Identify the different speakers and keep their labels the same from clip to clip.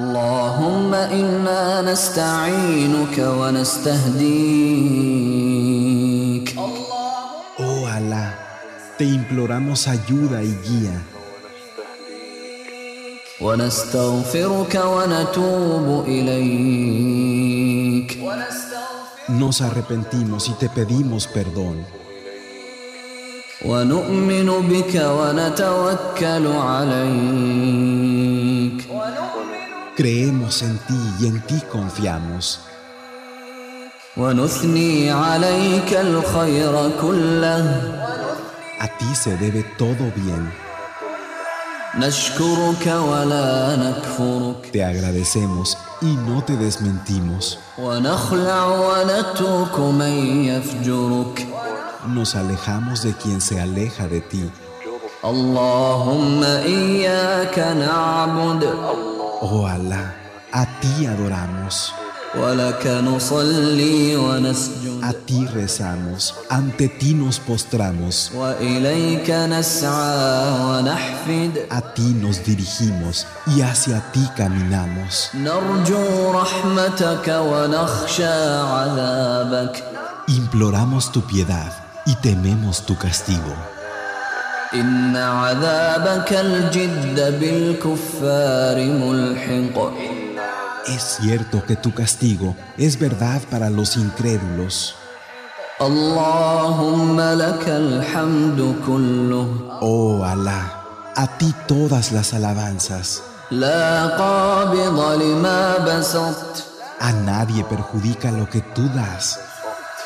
Speaker 1: اللهم إنا نستعينك ونستهديك
Speaker 2: Oh Alá, te imploramos ayuda y guía,
Speaker 1: ونستغفرك ونتوب إليك
Speaker 2: nos arrepentimos y te pedimos perdón.
Speaker 1: ونؤمن بك ونتوكل عليك
Speaker 2: Creemos en ti y en ti confiamos.
Speaker 1: ونثني عليك الخير كله
Speaker 2: A ti se debe todo bien.
Speaker 1: نشكرك ولا نكفرك
Speaker 2: Te agradecemos y no te desmentimos.
Speaker 1: ونخلع ونترك من يفجرك
Speaker 2: Nos alejamos de quien se aleja de ti.
Speaker 1: اللهم إياك نعبد
Speaker 2: Oh Alá, a ti adoramos.
Speaker 1: ولك نصلي ونسجد
Speaker 2: A ti rezamos, ante ti nos postramos,
Speaker 1: وإليك نسعى ونحفد
Speaker 2: a ti nos dirigimos y hacia ti caminamos.
Speaker 1: نرجو رحمتك ونخشى عذابك
Speaker 2: Imploramos tu piedad y tememos tu castigo.
Speaker 1: إن عذابك الجد بالكفار ملحق
Speaker 2: Es cierto que tu castigo es verdad para los incrédulos.
Speaker 1: اللهم لك الحمد كله
Speaker 2: Oh Alá, a ti todas las alabanzas.
Speaker 1: لا قابض لما بسطت
Speaker 2: A nadie perjudica lo que tú das,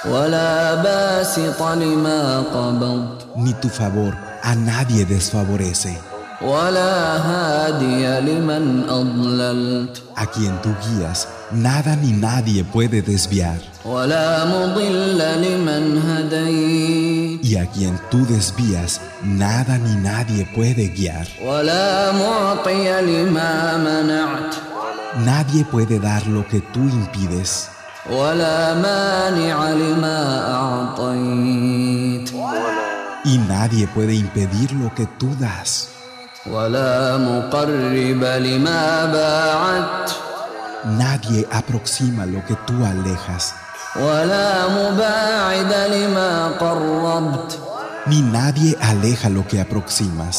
Speaker 1: ولا باسط لما قبضت
Speaker 2: ni tu favor a nadie desfavorece.
Speaker 1: ولا هادي لمن أضللت
Speaker 2: A quien tú guías, nada ni nadie puede desviar.
Speaker 1: ولا مضل لمن هديت
Speaker 2: Y a quien tú desvías, nada ni nadie puede guiar.
Speaker 1: ولا معطي لما منعت
Speaker 2: Nadie puede dar lo que tú impides.
Speaker 1: ولا مانع لما أعطيت
Speaker 2: Y nadie puede impedir lo que tú das.
Speaker 1: ولا مقرب لما باعدت
Speaker 2: Nadie aproxima lo que tú alejas.
Speaker 1: ولا مباعد لما قربت
Speaker 2: Ni nadie aleja lo que aproximas.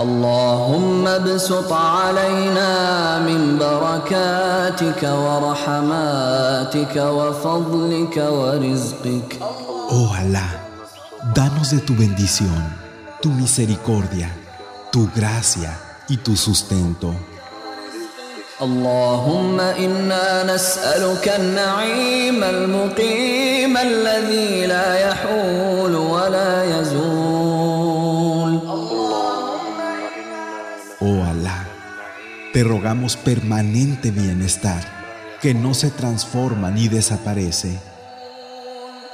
Speaker 1: اللهم ابسط علينا من بركاتك ورحماتك وفضلك ورزقك
Speaker 2: Oh Alá, danos de tu bendición, tu misericordia, tu gracia y tu sustento.
Speaker 1: اللهم إنا نسألك النعيم المقيم الذي لا يحول ولا يزول
Speaker 2: Oh Alá, te rogamos permanente bienestar, que no se transforma ni desaparece.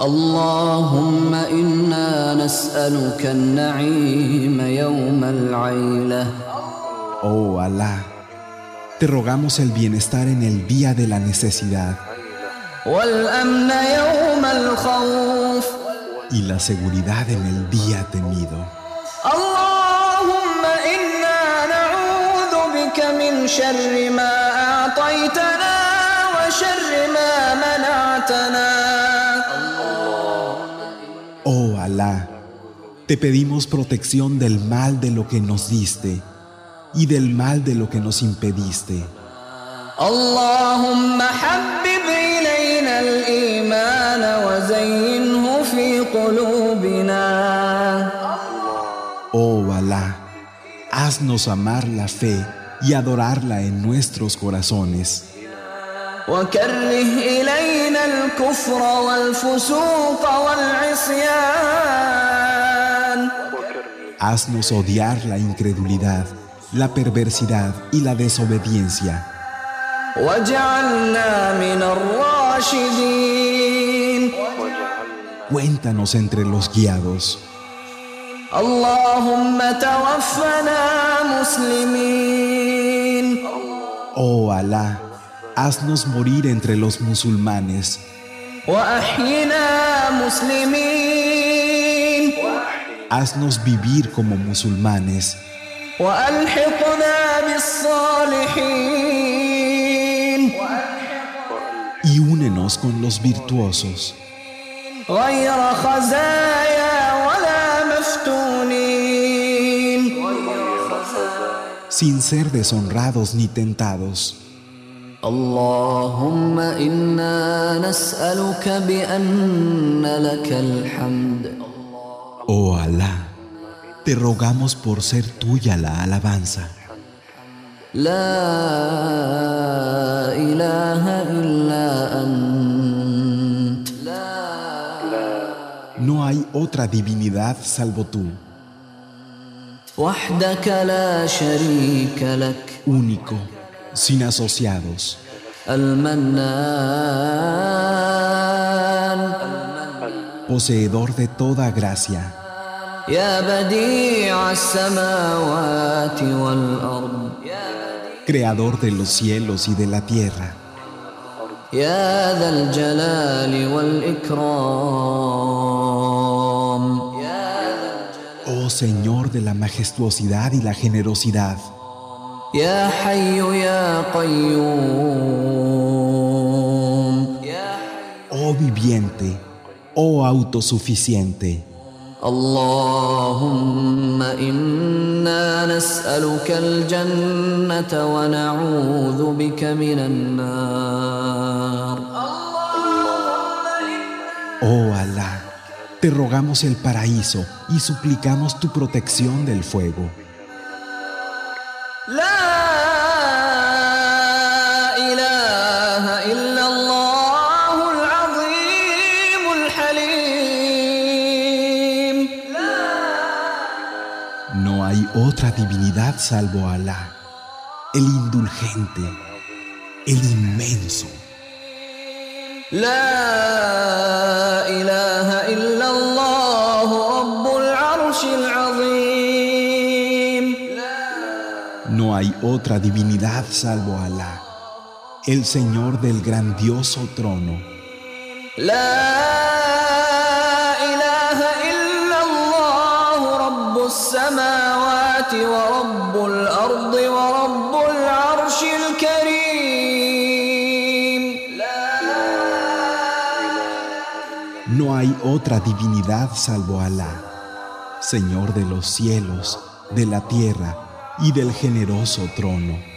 Speaker 1: اللهم إنا نسألك النعيم يوم العيلة
Speaker 2: Oh Alá, te rogamos el bienestar en el día de la necesidad
Speaker 1: والأمن يوم الخوف
Speaker 2: y la seguridad en el día temido.
Speaker 1: اللهم إنا نعوذ بك من شر ما أعطيتنا وشر ما منعتنا
Speaker 2: Oh Alá, te pedimos protección del mal de lo que nos diste y del mal de lo que nos impediste.
Speaker 1: اللهم حبب إلينا الإيمان وزينه في قلوبنا
Speaker 2: Oh Alá, haznos amar la fe y adorarla en nuestros corazones
Speaker 1: وكره إلينا الكفر والفسوق والعصيان
Speaker 2: Haznos odiar la incredulidad, la perversidad y la desobediencia.
Speaker 1: واجعلنا من الراشدين
Speaker 2: Cuéntanos entre los guiados.
Speaker 1: اللهم توفنا مسلمين
Speaker 2: Oh Alá, haznos morir entre los musulmanes
Speaker 1: وأحينا مسلمين
Speaker 2: Haznos vivir como musulmanes
Speaker 1: وألحقنا بالصالحين
Speaker 2: únenos con los virtuosos,
Speaker 1: غير خزايا ولا مفتونين
Speaker 2: sin ser deshonrados ni tentados.
Speaker 1: اللهم إنا نسألك بأن لك الحمد
Speaker 2: Oh Alá, te rogamos por ser tuya la alabanza,
Speaker 1: لا إله إلا أنت
Speaker 2: no hay otra divinidad salvo tú,
Speaker 1: وحدك لا شريك لك
Speaker 2: único, sin asociados,
Speaker 1: المنان
Speaker 2: poseedor de toda gracia,
Speaker 1: يا بديع السماوات والأرض
Speaker 2: creador de los cielos y de la tierra,
Speaker 1: يا ذا الجلال والإكرام
Speaker 2: oh Señor de la majestuosidad y la generosidad,
Speaker 1: يا حي يا قيوم
Speaker 2: oh viviente, oh autosuficiente.
Speaker 1: اللهم إنا نسألك الجنة ونعوذ بك من النار
Speaker 2: Oh Alá, te rogamos el paraíso y suplicamos tu protección del fuego.
Speaker 1: لا إله إلا الله العظيم الحليم
Speaker 2: No hay otra divinidad salvo Alá, el indulgente, el inmenso.
Speaker 1: لا إله إلا الله رب العرش العظيم
Speaker 2: No hay otra divinidad salvo Alá, el Señor del grandioso trono.
Speaker 1: لا إله إلا الله رب السماوات ورب الأرض ورب العرش الكريم
Speaker 2: No hay otra divinidad salvo Alá, Señor de los cielos, de la tierra y del generoso trono.